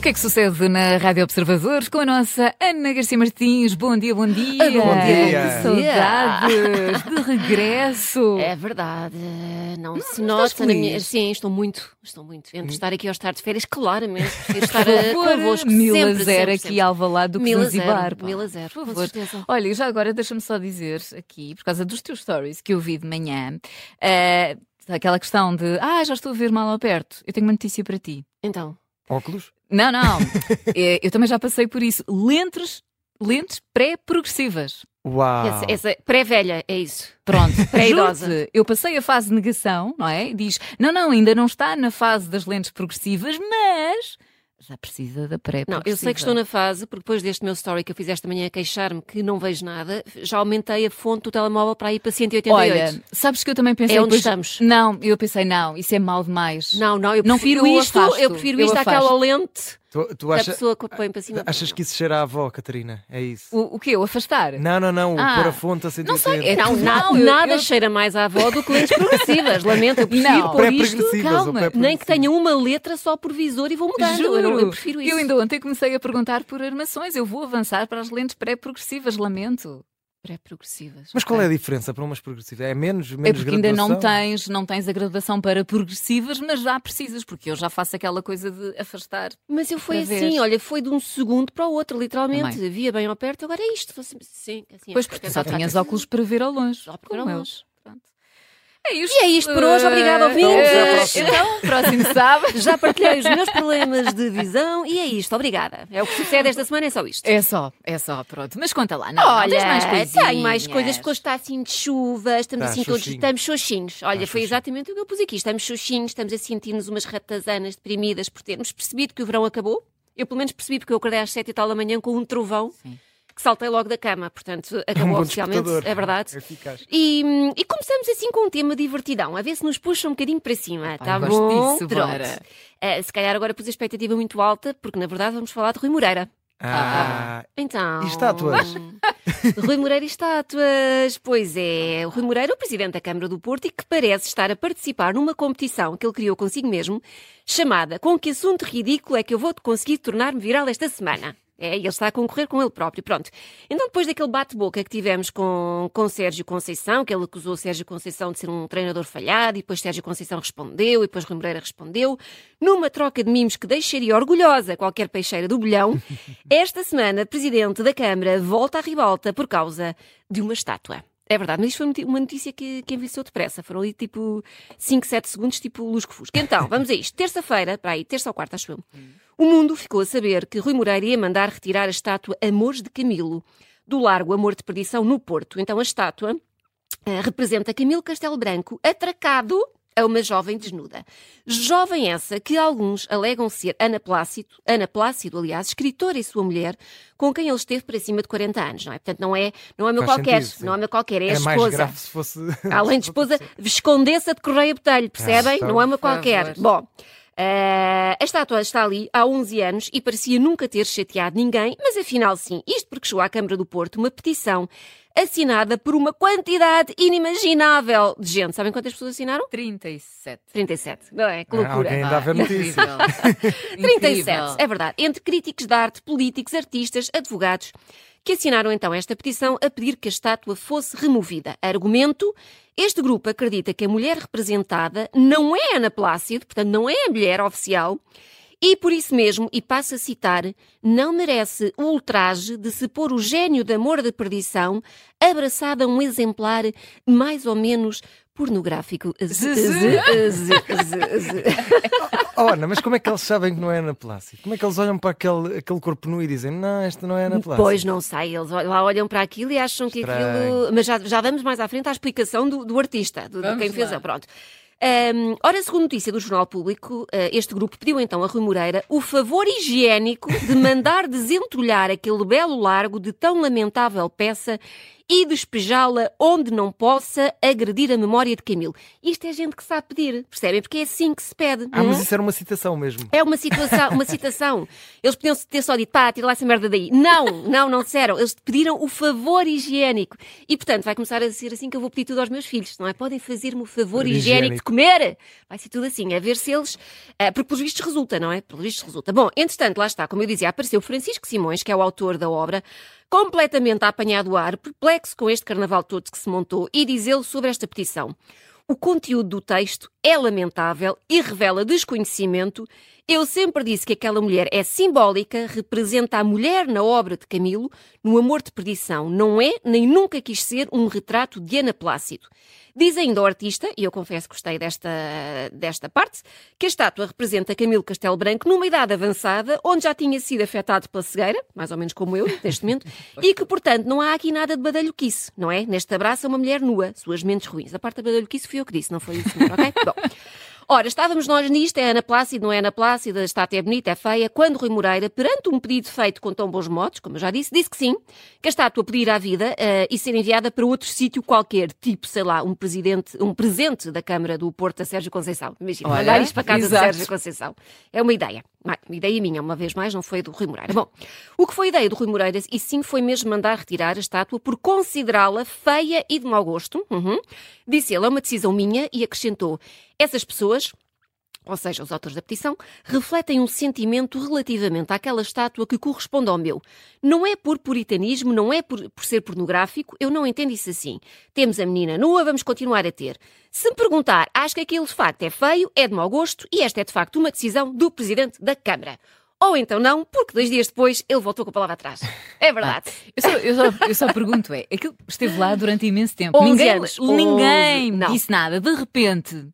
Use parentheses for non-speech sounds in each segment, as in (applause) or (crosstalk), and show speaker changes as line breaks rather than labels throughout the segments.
que é que sucede na Rádio Observadores com a nossa Ana Garcia Martins? Bom dia, bom dia.
Bom dia.
Que saudades de regresso.
É verdade, não, se
estás
nota Hum. na
feliz?
minha. Sim, estou muito, estou muito. Entre estar aqui ou estar de férias, (laughs) claramente. Prefiro
Por
estar eh,
favor,
convosco.
mil a
sempre,
zero
sempre,
aqui
sempre.
alva lá do que
Mil a
Zanzibar.
zero,
pá.
mil a zero,
Por
com
favor.
certeza.
Olha, e já agora deixa-me só dizer aqui, por causa dos teus stories que eu vi de manhã, eh, aquela questão de ah, já estou a ver mal ao perto. Eu tenho uma notícia para ti.
Então,
Óculos?
Não,
(laughs)
não. Eh, eu também já passei por isso. Lentes, lentes pré-progressivas.
Uau!
essa, essa pré-velha, é isso. (laughs)
Pronto,
Pré-idosa.
juro-te, Eu passei a fase de negação, não é? Diz, não, não, ainda não está na fase das lentes progressivas, mas já precisa da
Não,
pré-progressiva.
eu sei que estou na fase, porque depois deste meu story que eu fiz esta manhã a queixar-me que não vejo nada, já aumentei a fonte do telemóvel para ir para 188.
Olha, sabes que eu também pensei.
É onde
depois-
estamos.
Não, eu pensei, não, isso é mal demais.
Não, não, eu
Não,
prefiro
eu
isto,
afasto,
eu prefiro
eu
isto àquela
afasto.
lente
Tu, tu
que a
acha-
pessoa que põe para cima.
achas que isso cheira à avó, Catarina? É isso?
O, o quê? O afastar?
Não, não, não. o
Ah.
pôr a fonte a sentir
Não sei, é Não,
Não, na-
eu-
nada
eu-
cheira mais à avó do que lentes progressivas. Lamento, eu prefiro
Não.
pôr isto.
Pré-progressivas ou
calma,
pré-progressivas?
Nem que tenha uma letra só por visor e vou mudar. Eu, não, eu prefiro isso.
Eu ainda ontem comecei a perguntar por armações. Eu vou avançar para as lentes pré-progressivas, lamento.
Pré-progressivas.
Mas qual é a diferença para umas progressivas? É menos, menos
É porque ainda não
graduação?
tens, não tens a graduação para progressivas, mas já precisas, porque eu já faço aquela coisa de afastar.
Mas eu foi
Outra
assim,
vez.
olha, foi de um segundo para o outro, literalmente. Via bem ao perto, agora é isto. Assim, sim, assim,
Pois,
é,
porque
portanto,
só
ataca.
tinhas óculos para ver ao longe.
Só para ver
como
ao
eu.
longe.
Pronto. É isto.
E é isto por hoje. Obrigada,
Eh,
ouvintes.
eh, Então, (laughs) próximo sábado.
(laughs) Já partilhei os meus problemas de visão e é isto, obrigada. É o que sucede esta semana, é só isto.
É só, é só, pronto. Mas conta lá, não, não, tens mais coisinhas.
tenho mais coisas, porque hoje está assim de chuva, estamos
Está
assim todos,
xoxinho.
estamos xoxinhos. Olha, foi
xoxinho.
exatamente o que eu pus aqui, estamos xoxinhos, estamos a sentir-nos umas ratazanas deprimidas por termos percebido que o verão acabou. Eu pelo menos percebi, porque eu acordei às sete e tal da manhã com um trovão,
Sim.
que saltei logo da cama, portanto,
É (laughs) um
acabou
bom
oficialmente,
despertador.
é verdade.
Eficaz.
E, hum, e começamos assim com um tema divertidão, a ver se nos puxa um bocadinho para cima,
Epá,
tá
eu gosto
bom?
disso,
Pronto.
bora.
Eh, se calhar agora pus a expectativa muito alta, porque na verdade vamos falar de Rui Moreira.
Ah,
Então.
E estátuas?
Rui Moreira e estátuas. Pois é, o Rui Moreira, o presidente da Câmara do Porto, e que parece estar a participar numa competição que ele criou consigo mesmo, chamada Com que assunto ridículo é que eu vou conseguir tornar-me viral esta semana? É, e ele está a concorrer com ele próprio. Pronto. Então, depois daquele bate-boca que tivemos com, com Sérgio Conceição, que ele acusou Sérgio Conceição de ser um treinador falhado, e depois Sérgio Conceição respondeu, e depois Rui Moreira respondeu, numa troca de mimos que deixaria orgulhosa qualquer peixeira do bolhão, esta semana, presidente da Câmara volta à ribalta por causa de uma estátua. É verdade, mas isto foi noti- uma notícia que, que envelheceu depressa. Foram ali tipo 5, 7 segundos, tipo lusco-fusco. Então, vamos a isto. Terça-feira, para aí, terça ou quarta, acho eu. O mundo ficou a saber que Rui Moreira ia mandar retirar a estátua Amores de Camilo do Largo Amor de Perdição no Porto. Então, a estátua eh, representa Camilo Castelo Branco atracado a uma jovem desnuda. Jovem essa que alguns alegam ser Ana Plácido, Ana Plácido, aliás, escritora e sua mulher, com quem ele esteve para cima de 40 anos, não é? Portanto, não é, não é uma
Faz
qualquer,
sentido, sim.
não é uma qualquer, é, a
Era mais
esposa.
grave se fosse. (laughs)
Além de esposa, escondessa de Correia Botelho,
Ah,
percebem?
então,
Não é uma
por
qualquer.
favor.
Bom, eh, a estátua está ali há 11 anos e parecia nunca ter chateado ninguém, mas afinal sim. Isto porque chegou à Câmara do Porto uma petição assinada por uma quantidade inimaginável de gente. Sabem quantas pessoas assinaram?
37.
37, não é? Que
Ah,
loucura.
alguém dá a ver notícia.
(laughs) Incrível.
37,
Incrível.
é verdade. Entre críticos de arte, políticos, artistas, advogados, que assinaram então esta petição a pedir que a estátua fosse removida. Argumento: este grupo acredita que a mulher representada não é Ana Plácido, portanto, não é a mulher oficial. E por isso mesmo, e passo a citar, não merece o ultraje de se pôr o gênio de amor da perdição abraçado a um exemplar mais ou menos pornográfico. Z- z- z- z- z-
Oh, Ana, mas como é que eles sabem que não é Ana Plácido? Como é que eles olham para aquele, aquele corpo nu e dizem, não, esta não é Ana Plácido?
Pois não sei, eles ol- lá olham para aquilo e acham que aquilo.
Estranho.
Mas já, já vamos mais à frente à explicação do, do artista, do, de
Vamos
quem fez
lá.
a. Pronto. Ahm, ora, segundo notícia do Jornal Público, eh, este grupo pediu então a Rui Moreira o favor (laughs) higiênico de mandar desentulhar aquele belo largo de tão lamentável peça e despejá-la onde não possa agredir a memória de Camilo. Isto é gente que sabe pedir, percebem? Porque é assim que se pede.
Ah, mas
Hum?
isso era uma citação
(laughs)
mesmo.
É uma situação, uma citação. Eles podiam ter só dito, pá, tira lá essa merda daí. Não, não, não disseram. Eles pediram o favor higiênico. E, portanto, vai começar a ser assim que eu vou pedir tudo aos meus filhos, não é? Podem fazer-me o favor
Higiênico.
higiênico de comer? Vai ser tudo assim, a ver se eles... ah, porque, pelos vistos, resulta, não é? Pelos vistos, resulta. Bom, entretanto, lá está, como eu dizia, apareceu Francisco Simões, que é o autor da obra, completamente a apanhar do ar, perplexo com este carnaval todo que se montou, e diz ele sobre esta petição. O conteúdo do texto é lamentável e revela desconhecimento. Eu sempre disse que aquela mulher é simbólica, representa a mulher na obra de Camilo, no Amor de Perdição. Não é, nem nunca quis ser, um retrato de Ana Plácido. Diz ainda o artista, e eu confesso que gostei desta, desta parte, que a estátua representa Camilo Castelo Branco numa idade avançada, onde já tinha sido afetado pela cegueira, mais ou menos como eu, neste momento, e que, portanto, não há aqui nada de badalhoquice, não é? Neste abraço a uma mulher nua, suas mentes ruins. A parte da badalhoquice fui eu que disse, não foi isso, ok? Bom. Ora, estávamos nós nisto, é Ana Plácida, não é Ana Plácida, está até bonita, é feia, quando Rui Moreira, perante um pedido feito com tão bons modos, como eu já disse, disse que sim, que a estátua podia ir à vida eh, e ser enviada para outro sítio qualquer, tipo, sei lá, um presidente, um presente da Câmara do Porto a Sérgio Conceição. Imagina,
Olha,
olhar isto para a casa
exato.
de Sérgio Conceição. É uma ideia. Ma- Uma ideia minha, uma vez mais, não foi do Rui Moreira. Bom, o que foi ideia do Rui Moreira, e sim foi mesmo mandar retirar a estátua por considerá-la feia e de mau gosto, uhum. disse ele, é uma decisão minha, e acrescentou, essas pessoas, ou seja, os autores da petição, refletem um sentimento relativamente àquela estátua que corresponde ao meu. Não é por puritanismo, não é por, por ser pornográfico, eu não entendo isso assim. Temos a menina nua, vamos continuar a ter. Se me perguntar, acho que aquilo de facto é feio, é de mau gosto e esta é de facto uma decisão do Presidente da Câmara. Ou então não, porque dois dias depois ele voltou com a palavra atrás.
(laughs)
É verdade.
Eu só, eu só- eu só pergunto, é, aquilo esteve lá durante imenso tempo.
11
ninguém
anos.
ninguém
11, não.
disse nada. De repente,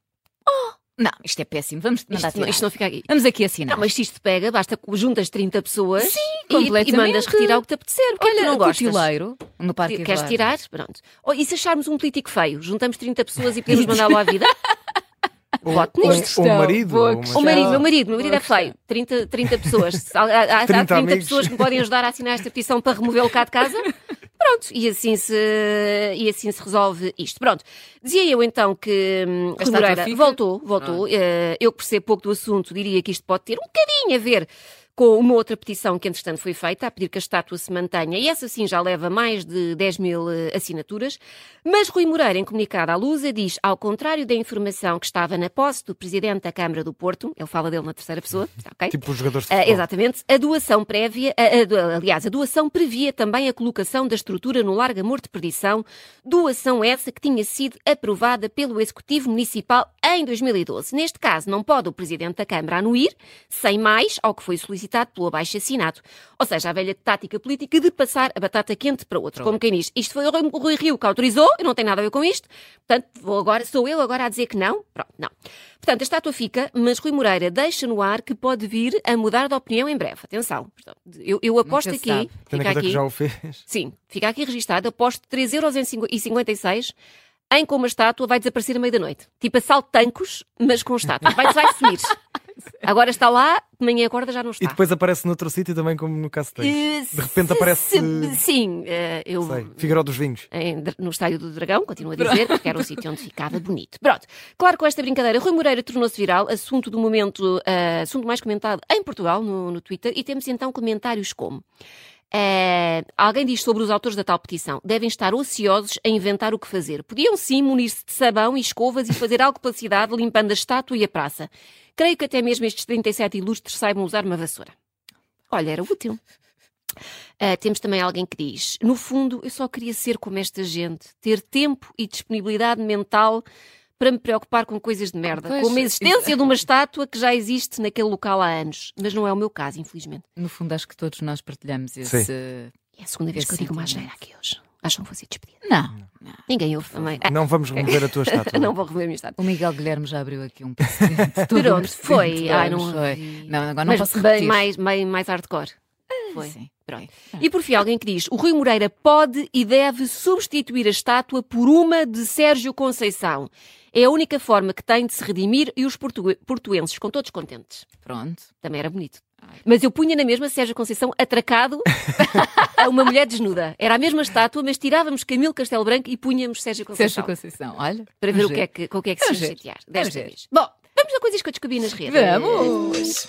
oh, não, isto é péssimo. Vamos mandar
Isto, não,
tirar.
isto não fica aqui.
Vamos aqui assinar.
Não, mas se isto pega, basta que juntas 30 pessoas e, e
completamente.
mandas retirar o que te apetecer. Porque
é Olha,
tu não
o
gostas.
cutileiro no parque.
Queres
Eduardo.
tirar? Pronto. Ou, e se acharmos um político feio? Juntamos 30 pessoas
(laughs)
e podemos mandá-lo à vida?
Ou,
Bote nisto.
ou- ou um
Questão,
marido.
boa
Ou uma...
questão.
O marido, meu marido, meu
Boa
marido é
questão.
feio. 30, 30 pessoas. Há, há, há
30
30,
amigos.
pessoas que me podem ajudar a assinar esta petição para removê-lo cá de casa? Pronto, e assim se, e assim se resolve isto. Pronto, dizia eu então que
A
hum, Rui
estátua
Moreira
fica?
voltou, voltou. Eh, eu, por ser pouco do assunto, diria que isto pode ter um bocadinho a ver com uma outra petição que, entretanto, foi feita, a pedir que a estátua se mantenha, e essa sim já leva mais de 10 mil eh, assinaturas. Mas Rui Moreira, em comunicado à Lusa, diz, ao contrário da informação que estava na posse do Presidente da Câmara do Porto, ele fala dele na terceira pessoa, está ok?
Tipo os jogadores de
Ah,
futebol.
exatamente. A doação prévia, a- a do- aliás, a doação previa também a colocação da estrutura no Largo Amor de Perdição, doação essa que tinha sido aprovada pelo Executivo Municipal em 2012. Neste caso, não pode o Presidente da Câmara anuir, sem mais, ao que foi solicitado pelo abaixo assinado. Ou seja, a velha tática política de passar a batata quente para outro. Como quem diz, isto foi o Rui- o Rui Rio que autorizou, eu não tenho nada a ver com isto, portanto, vou agora, sou eu agora a dizer que não. Pronto, não. Portanto, a estátua fica, mas Rui Moreira deixa no ar que pode vir a mudar de opinião em breve. Atenção, Portanto, eu, eu aposto
Nunca se
aqui.
sabe.
Tendo em
Fica
conta que
aqui.
já o fez.
Sim, fica aqui registado. Aposto 3,56€ em como a estátua vai desaparecer à meia-da-noite. Tipo assalto tancos, mas com estátua. Vai, vai sumir.
(laughs)
Agora está lá, amanhã acorda já não
E
está.
depois aparece noutro sítio também, como no caso tem.
de
repente aparece-
Eh, Sim, eh, eu
Sei, Figaro dos Vinhos.
em- no Estádio do Dragão, continuo a dizer, porque era um sítio onde ficava bonito. Pronto, claro, com esta brincadeira, Rui Moreira tornou-se viral, assunto do momento, eh, assunto mais comentado em Portugal, no, no Twitter, e temos então comentários como. eh, alguém diz sobre os autores da tal petição devem estar ociosos a inventar o que fazer. Podiam sim munir-se de sabão e escovas e fazer algo pela cidade, limpando a estátua e a praça. Creio que até mesmo estes 37 ilustres saibam usar uma vassoura. Olha, era útil. Ah, temos também alguém que diz: No fundo, eu só queria ser como esta gente, ter tempo e disponibilidade mental para me preocupar com coisas de merda,
Pois,
como a existência de uma estátua que já existe naquele local há anos. Mas não é o meu caso, infelizmente.
No fundo, acho que todos nós partilhamos esse.
É a segunda vez
Esse
que eu digo uma
sentimento.
asneira aqui hoje. Acham que vou ser despedida.
Não.
Ninguém ouve também. Ah,
Não vamos remover
(laughs)
a tua estátua.
não vou rever a minha estátua.
O Miguel Guilherme já abriu aqui um (laughs) precedente. todo um
Pronto,
precedente,
foi.
pois,
Ai, não
foi.
ouvi.
Não, agora não
Mas
posso
bem
repetir.
mais, bem mais hardcore. Foi.
Sim.
Pronto. E por fim, alguém que diz: o Rui Moreira pode e deve substituir a estátua por uma de Sérgio Conceição. É a única forma que tem de se redimir e os portu- portuenses com todos contentes.
Pronto.
Também era bonito. Mas eu punha na mesma Sérgio Conceição (laughs) atracado a uma mulher desnuda. Era a mesma estátua, mas tirávamos Camilo Castelo Branco e punhamos Sérgio Conceição.
Sérgio Conceição, olha.
Para ver o
giro.
que é que, com o que é que
É um
se iam
giro.
chatear
É um
desta
giro.
vez. Bom, vamos a coisas que eu descobri nas redes.
Vamos!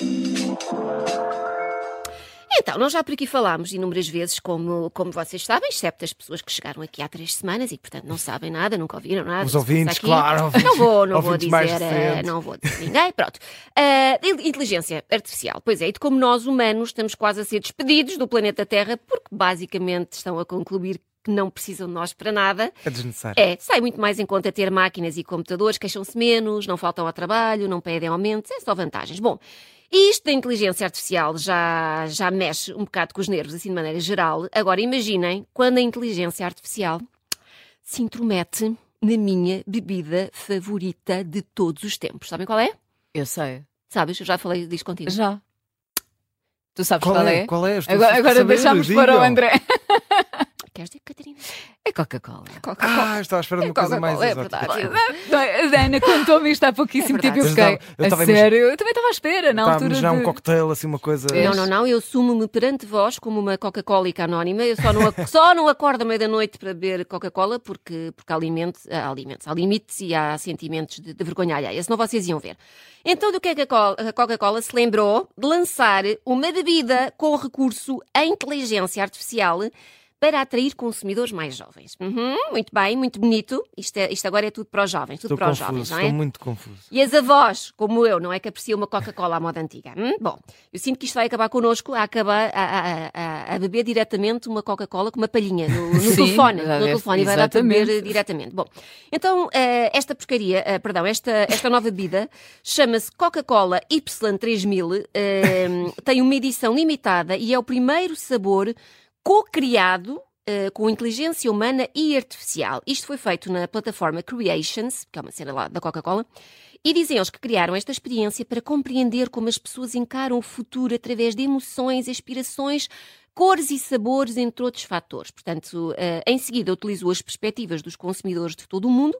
Então, nós já por aqui falámos inúmeras vezes, como, como vocês sabem, excepto as pessoas que chegaram aqui há três semanas e, portanto, não sabem nada, nunca ouviram nada.
Os
se passa
ouvintes,
aqui.
claro, ouvintes-
não vou, não vou
ouvintes mais
dizer, eh,
recentes.
não vou dizer ninguém. Pronto. Ah, da inteligência artificial. Pois é, e de como nós humanos estamos quase a ser despedidos do planeta Terra, porque basicamente estão a concluir que não precisam de nós para nada.
É desnecessário.
É, sai muito mais em conta ter máquinas e computadores, queixam-se menos, não faltam ao trabalho, não pedem aumentos, é só vantagens. Bom, isto da inteligência artificial já, já mexe um bocado com os nervos, assim de maneira geral. Agora imaginem quando a inteligência artificial se intromete na minha bebida favorita de todos os tempos. Sabem qual é?
Eu sei.
Sabes? Eu já falei disto contigo.
Já. Tu sabes qual,
Qual, é? Qual é? Estou a
Agora, agora
saber,
deixámos
digam.
para o André.
Queres dizer, Catarina?
É Coca-Cola.
Coca-Cola.
Ah, eu estava à espera de uma coisa mais
Coca-Cola, é
exótica.
verdade.
Não, é? A Ana contou-me isto há pouquíssimo
É
tempo e eu
verdade.
fiquei.
Eu estava- eu estava
a
a
sério? Eu também estava à espera, na
Estávamos
altura.
já um
de-
cocktail, assim, uma coisa.
É.
Não, não, não, eu sumo-me perante vós como uma Coca-Cola anónima. Eu só não, ac- (laughs) só não acordo à meia-noite para beber Coca-Cola porque, porque há, alimentos, há alimentos, há limites e há sentimentos de, de vergonha alheia, senão vocês iam ver. Então, do que é que a Col- a Coca-Cola se lembrou de lançar uma bebida com recurso à inteligência artificial para atrair consumidores mais jovens? Uhum, muito bem, muito bonito. Isto, é- isto agora é tudo para os jovens, tudo
Estou
para os
confuso,
jovens, não é?
estou muito confuso.
E as avós, como eu, não é que apreciam uma Coca-Cola à moda antiga. Hum? Bom, eu sinto que isto vai acabar connosco a, acabar, a, a- a- a beber diretamente uma Coca-Cola com uma palhinha no, no
(laughs) Sim,
telefone.
já
No
deve-
telefone, e vai dar para beber
exatamente.
diretamente. Bom, então eh, esta porcaria, eh, perdão, esta, esta nova bebida chama-se Coca-Cola Y3000,
(laughs)
eh, tem uma edição limitada e é o primeiro sabor co-criado eh, com inteligência humana e artificial. Isto foi feito na plataforma Creations, que é uma cena lá da Coca-Cola, e dizem eles que criaram esta experiência para compreender como as pessoas encaram o futuro através de emoções, aspirações, cores e sabores, entre outros fatores. Portanto, eh, em seguida utilizou as perspectivas dos consumidores de todo o mundo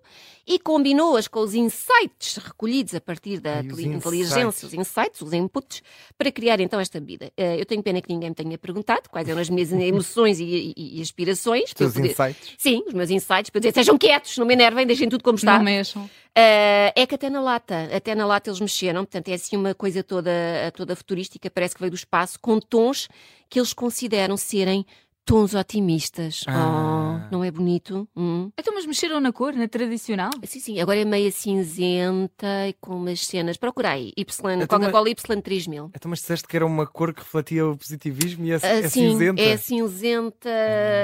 e combinou-as com os insights recolhidos a partir da
E os
tele- inteligência,
insights.
os insights, os inputs, para criar então esta bebida. Eh, Eu tenho pena que ninguém me tenha perguntado quais eram as minhas (laughs) emoções e, e- e aspirações.
Os
para eu
teus
poder-
insights.
Sim, os meus insights, para eu dizer, sejam quietos, não me enervem, deixem tudo como está.
Não mexam.
Eh, é que até na lata, até na lata eles mexeram, portanto é assim uma coisa toda, toda futurística, parece que veio do espaço, com tons que eles consideram serem tons otimistas.
Ah.
Oh, não é bonito? Hum.
Então, mas mexeram na cor, na tradicional?
Sim, sim, agora é meia cinzenta e com umas cenas. Procura aí, Y,
Eu também-
Coca-Cola Y3000.
Então, mas disseste que era uma cor que refletia o positivismo e é,
Ah,
é
sim,
cinzenta. Hum.
É cinzenta.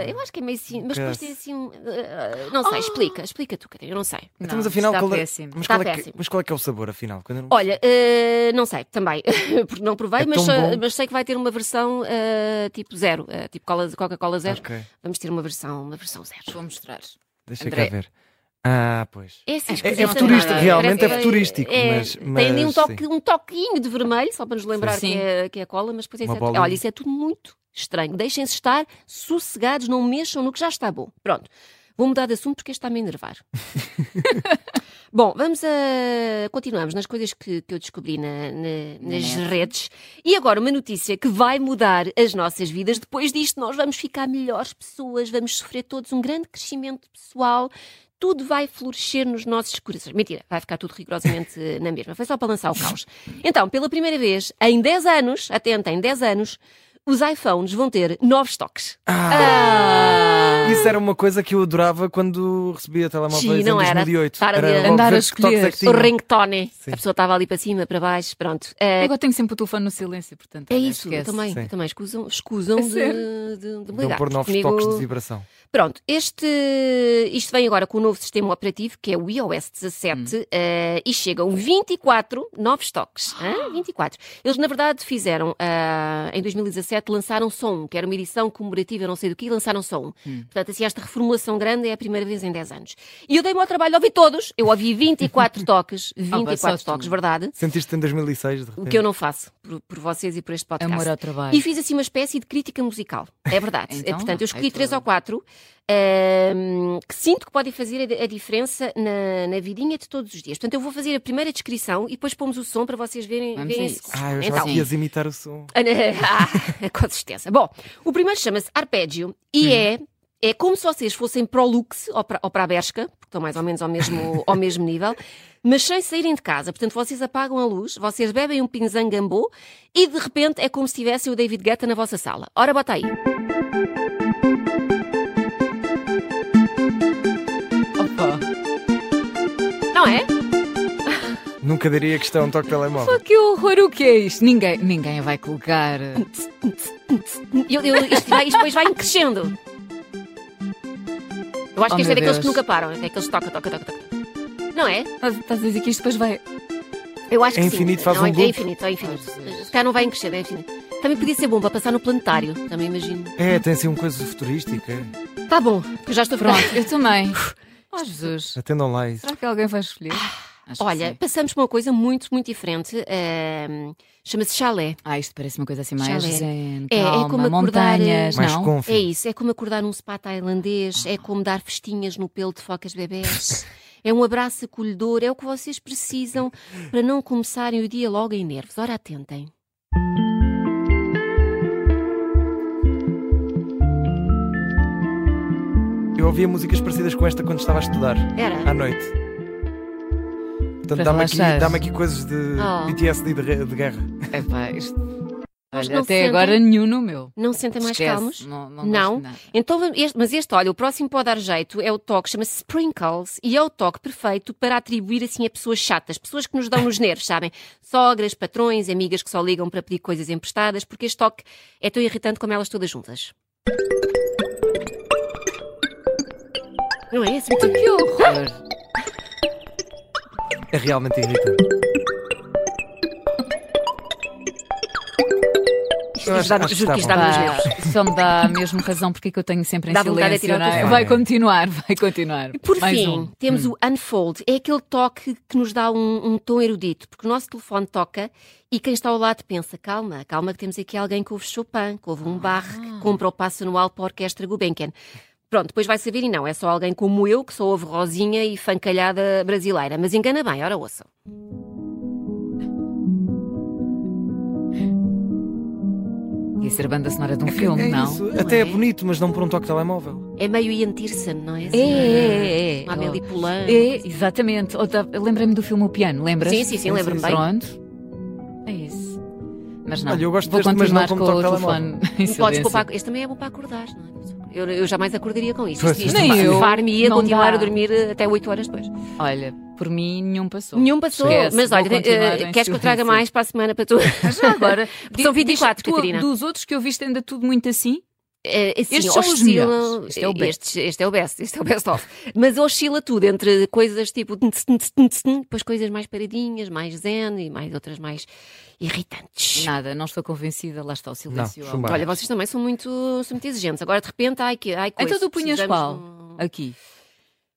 Eu acho que é meio cinzenta. Mas depois
parece.
tem assim um. ah, não sei, explica, explica tu, Catarina, eu não sei.
Então, mas afinal,
está
qual é-
péssimo.
Mas
Está
qual, é que,
péssimo.
mas qual é que é o sabor, afinal? Quando eu não-
Olha, ah, não sei também, (laughs) porque não provei,
É
mas,
tão
sei-
bom.
mas sei que vai ter uma versão ah, tipo zero, ah, tipo cola- Coca-Cola zero.
Ok,
Vamos ter uma versão, uma versão zero.
Vou mostrar.
deixa
André.
cá ver. Ah, pois.
É, assim,
É- é
esquisita,
futurista,
não
realmente
Parece-
é futurístico, mas-
Tem ali um,
mas
toque, um toquinho de vermelho, só para nos lembrar
Sim.
que é, que é cola, mas depois isso
Uma
é tudo-
bolinha.
Olha, isso é tudo muito estranho. Deixem-se estar sossegados, não mexam no que já está bom. Pronto, vou mudar de assunto porque este está-me a
(laughs)
enervar. Bom, vamos a. Continuamos nas coisas que, que eu descobri na- na- nas
net.
redes. E agora uma notícia que vai mudar as nossas vidas. Depois disto, nós vamos ficar melhores pessoas, vamos sofrer todos um grande crescimento pessoal. Tudo vai florescer nos nossos corações. Mentira, vai ficar tudo rigorosamente eh, na mesma. Foi só para lançar o caos. Então, pela primeira vez, em 10 anos, atentem, em 10 anos, os iPhones vão ter novos toques.
Ah! Isso era uma coisa que eu adorava quando recebia telemóveis
Sim, não
em
era.
2008.
Estar ali a
logo
andar
ver
a
que toques é que
O
tinha.
ringtone.
Sim.
A pessoa estava ali para cima, para baixo, pronto. Eh,
Ah! Agora tenho sempre o telefone no silêncio, portanto.
É
olha,
isso, eu
esquece.
também,
Sim.
eu também escusam, escusam
É
de, de,
sério?
de me
Deu
ligar.
por novos
Comigo-
um toques de vibração.
Pronto, este, isto vem agora com o novo sistema operativo, que é o iOS 17,
Hum.
eh, e chegam 24 novos toques.
Ah.
Hã? 24. Eles, na verdade,
Hum.
fizeram, ah, em 2017, lançaram só um, que era uma edição comemorativa, não sei do que, e lançaram só um. Portanto, assim, esta reformulação grande é a primeira vez em 10 anos. E eu dei-me ao trabalho, ouvi todos. Eu
(laughs)
ouvi 24 toques,
Ah, só
24
tu. É.
toques, verdade?
Sentiste-te em 2006, de repente.
O que eu não faço por, por vocês e por este podcast.
Amor ao trabalho.
E fiz assim uma espécie de crítica musical. É verdade.
(laughs) Então,
É, Portanto, eu escolhi
ai,
três
tudo.
ou quatro ehm, que sinto que podem fazer a, a diferença na, na vidinha de todos os dias. Portanto, eu vou fazer a primeira descrição e depois pomos o som para vocês verem,
Vamos
verem
a
esse
isso.
gosto.
Ah, eu já
Então,
que ias imitar o som.
(laughs) ah, com certeza. Bom, o primeiro chama-se Arpeggio e
Hum.
é, é como se vocês fossem para o Lux ou para, ou para a Bershka, porque estão mais ou menos
(laughs)
ao mesmo, ao mesmo nível, mas sem saírem de casa. Portanto, vocês apagam a luz, vocês bebem um pinzão gambô e de repente é como se tivessem o David Guetta na vossa sala. Ora, bota aí.
Opa.
Não é?
Nunca diria que isto é um toque de telemóvel.
Pá, que horror, o que é isto? Ninguém, ninguém vai colocar.
Eu, eu, isto, vai, isto depois vai crescendo. Eu acho
Oh,
que este
meu
é daqueles
Deus.
que nunca param, é daqueles que toca, toca, toca, toca. Não é?
Mas Estás a dizer que isto depois vai.
Eu acho
É
que
infinito,
sim.
faz
não,
um
é,
loop.
é infinito, é infinito.
Ai, Jesus.
Se calhar não vai em crescendo, é infinito. Também podia ser bom para passar no planetário, também imagino.
É, tem assim uma coisa futurística.
Tá bom, eu já estou
Pronto,
pronto.
eu também. Oh, Jesus.
Atendam lá isso.
Será que alguém vai escolher? Acho que
Olha,
sim.
passamos para uma coisa muito, muito diferente. ehm, Chama-se chalé.
Ah, isto parece uma coisa assim mais
Chalé.
zen,
É, é
calma,
como acordar,
montanhas,
Mais
não?
confio.
É isso, é como acordar num spa tailandês, é como dar festinhas no pelo de focas
(laughs)
bebés. É um abraço acolhedor, é o que vocês precisam para não começarem o dia logo em nervos. Ora, atentem.
Eu ouvia músicas parecidas com esta quando estava a estudar, à
Era.
noite. Portanto,
Para
dá-me aqui,
relaxar.
dá aqui coisas de
Oh.
PTSD de, re- de guerra.
Epá, isto-
Mas
Olha,
não
até
sentem-
agora nenhum no meu.
Não se sentem mais
Esquece,
calmos?
Não. não gosto
Não.
de nada.
Então, vamos- este- mas este, olha, o próximo pode dar jeito, é o toque, chama-se Sprinkles, e é o toque perfeito para atribuir assim a pessoas chatas, pessoas que nos dão nos nervos, sabem? Sogras, patrões, amigas que só ligam para pedir coisas emprestadas, porque este toque é tão irritante como elas todas juntas. Não é esse?
Então, que horror.
É realmente irritante.
Isto
Eu
nos
acho-
dá,
acho que
juro que isto
está
dá-nos
Pá,
nervos.
só me dá a mesma razão porque é que eu tenho sempre em
Dá vontade de
silêncio.
tirar o
não é?
telefone.
Vai continuar, vai continuar.
Por
Mais
fim,
um.
temos o unfold. É aquele toque que nos dá um, um tom erudito, porque o nosso telefone toca e quem está ao lado pensa: calma, calma, que temos aqui alguém que ouve Chopin, que ouve um bar, que compra o passo anual para a orquestra Gulbenkian. Pronto, depois vai saber e não, é só alguém como eu que só ouve Rosinha e fancalhada brasileira. Mas engana bem, ora ouçam.
Ia ser a banda sonora de um filme,
é
não?
isso. Até é
é?
bonito, mas não por um toque de telemóvel.
É meio Ian Tirsen, não é? Oh.
É, é, é.
Uma Amélie Poulain.
É, exatamente. Outra- eu Lembrei-me do filme O Piano, lembras?
Uhum. Sim, sim, sim, lembro-me bem.
Pronto. É isso. Mas não.
Olha, eu gosto
Vou
deste, mas
continuar
não como
com o
toque
telefone. (laughs) em
Não podes
silêncio.
poupar- Este também é bom para acordar, não é? Eu, eu jamais acordaria com isto.
Pois,
Isto, isto
nem eu.
me ia
Não
continuar
dá.
a dormir eh, até 8 horas depois.
Olha, por mim nenhum passou.
Nenhum passou,
Esquece,
mas
vou
olha,
continuar
eh,
em
queres que eu traga
silêncio.
mais para a semana para tu?
Mas (laughs) já agora.
Porque são
diz-
24,
tu-
Catarina.
Dos outros que eu viste ainda tudo muito assim?
Eh, assim,
Estes são os
oscilam-
melhores. Este é o best.
Este, este é o best, este é o best of. Mas oscila tudo entre coisas tipo tns, tns, tns, tns, depois coisas mais paradinhas, mais zen e mais outras mais irritantes.
Nada, não estou convencida, lá está o silêncio.
Não, chumbar.
Olha, vocês também são muito, são muito exigentes. Agora de repente, ai que ai, coisa,
Então tu punhas qual?
precisamos de um-
Aqui.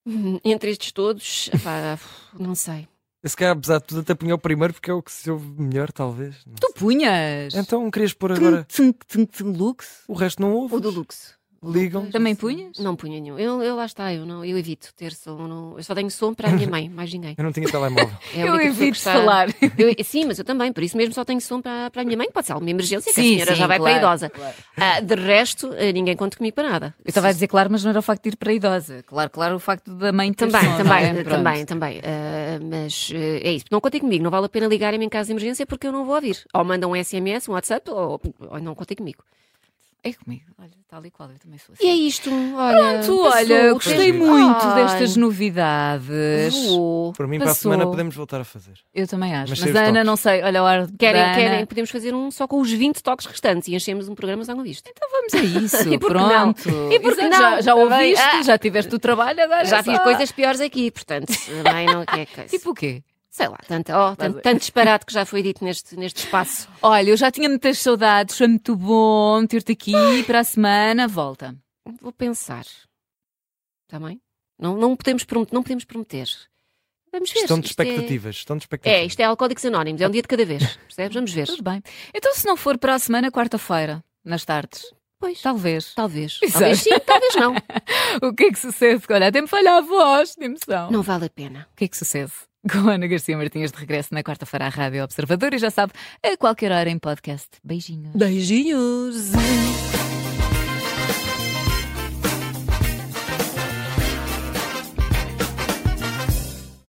(laughs) Entre estes todos, epá, não sei.
Esse cara, apesar de tudo, até punha o primeiro porque é o que se ouve melhor, talvez. Não
Tu
sei.
punhas.
Então querias pôr agora.
Tum, tum, tum, tum, lux.
O resto não ouve.
O do luxo.
Ligam.
Também punhas?
Não punha nenhum. Eu, eu lá está, eu, não, eu evito ter som. não- eu só tenho som para a minha mãe, mais ninguém.
Eu não tinha telemóvel.
É a
Eu
única pessoa que
evito
está-
falar.
Eu- (laughs) sim, mas eu também, por isso mesmo só tenho som para, para a minha mãe, que pode ser alguma emergência, que a senhora já vai para a idosa. Ah, de resto, eh, ninguém conta comigo para nada.
Eu estava a dizer claro, mas não era o facto de ir para a idosa. Claro, claro, o facto da mãe ter
Também,
sono,
também,
não é? Pronto.
também, também. Ah, mas eh, é isso. Não contem comigo, não vale a pena ligarem-me em caso de emergência porque eu não vou ouvir. Ou mandam um SMS, um WhatsApp, ou, ou não contem comigo.
É comigo. Olha, tal e qual, eu também sou assim.
E é isto. Olha,
Tu,
passou,
olha,
o
gostei
tempo.
muito
Ai,
destas novidades.
voou.
Para mim, para a
Passou.
semana, podemos voltar a fazer.
Eu também acho. Mas,
Mas sem os
a Ana,
toques.
não sei, olha o ar.
Querem,
da Ana.
querem, podemos fazer um só com os 20 toques restantes e enchemos um programa só com isto.
Vamos a
(laughs)
isso.
E por que não?
Pronto.
E por que
Exato,
não?
Já, já
Também.
ouviste,
Ah.
já tiveste o trabalho, agora
Já
é
fiz
só-
coisas piores aqui, portanto, também não
(laughs)
é que
Tipo o quê?
Sei lá, tanto, oh, tanto, tanto disparate que já foi dito neste, neste espaço.
Olha, eu já tinha muitas saudades, foi muito bom ter-te aqui para a semana. Volta.
Vou pensar. Está bem? Não, não, podemos promet- não podemos prometer. Vamos ver.
Estão de
Isto é-
expectativas, estão
É,
de expectativas.
isto é Alcoólicos Anónimos, é um dia de cada vez. Percebes? Vamos
(laughs)
ver.
Tudo bem. Então, se não for para a semana, quarta-feira, nas tardes,
Pois.
talvez.
Talvez.
Exato.
Talvez sim,
(laughs)
talvez não.
O que é que sucede? Olha, até me falha a voz de emoção.
Não vale a pena.
O que é que sucede? (laughs) Com a Ana Garcia Martins de regresso na quarta-feira à Rádio Observador e já sabe, a qualquer hora em podcast. Beijinhos.
Beijinhos.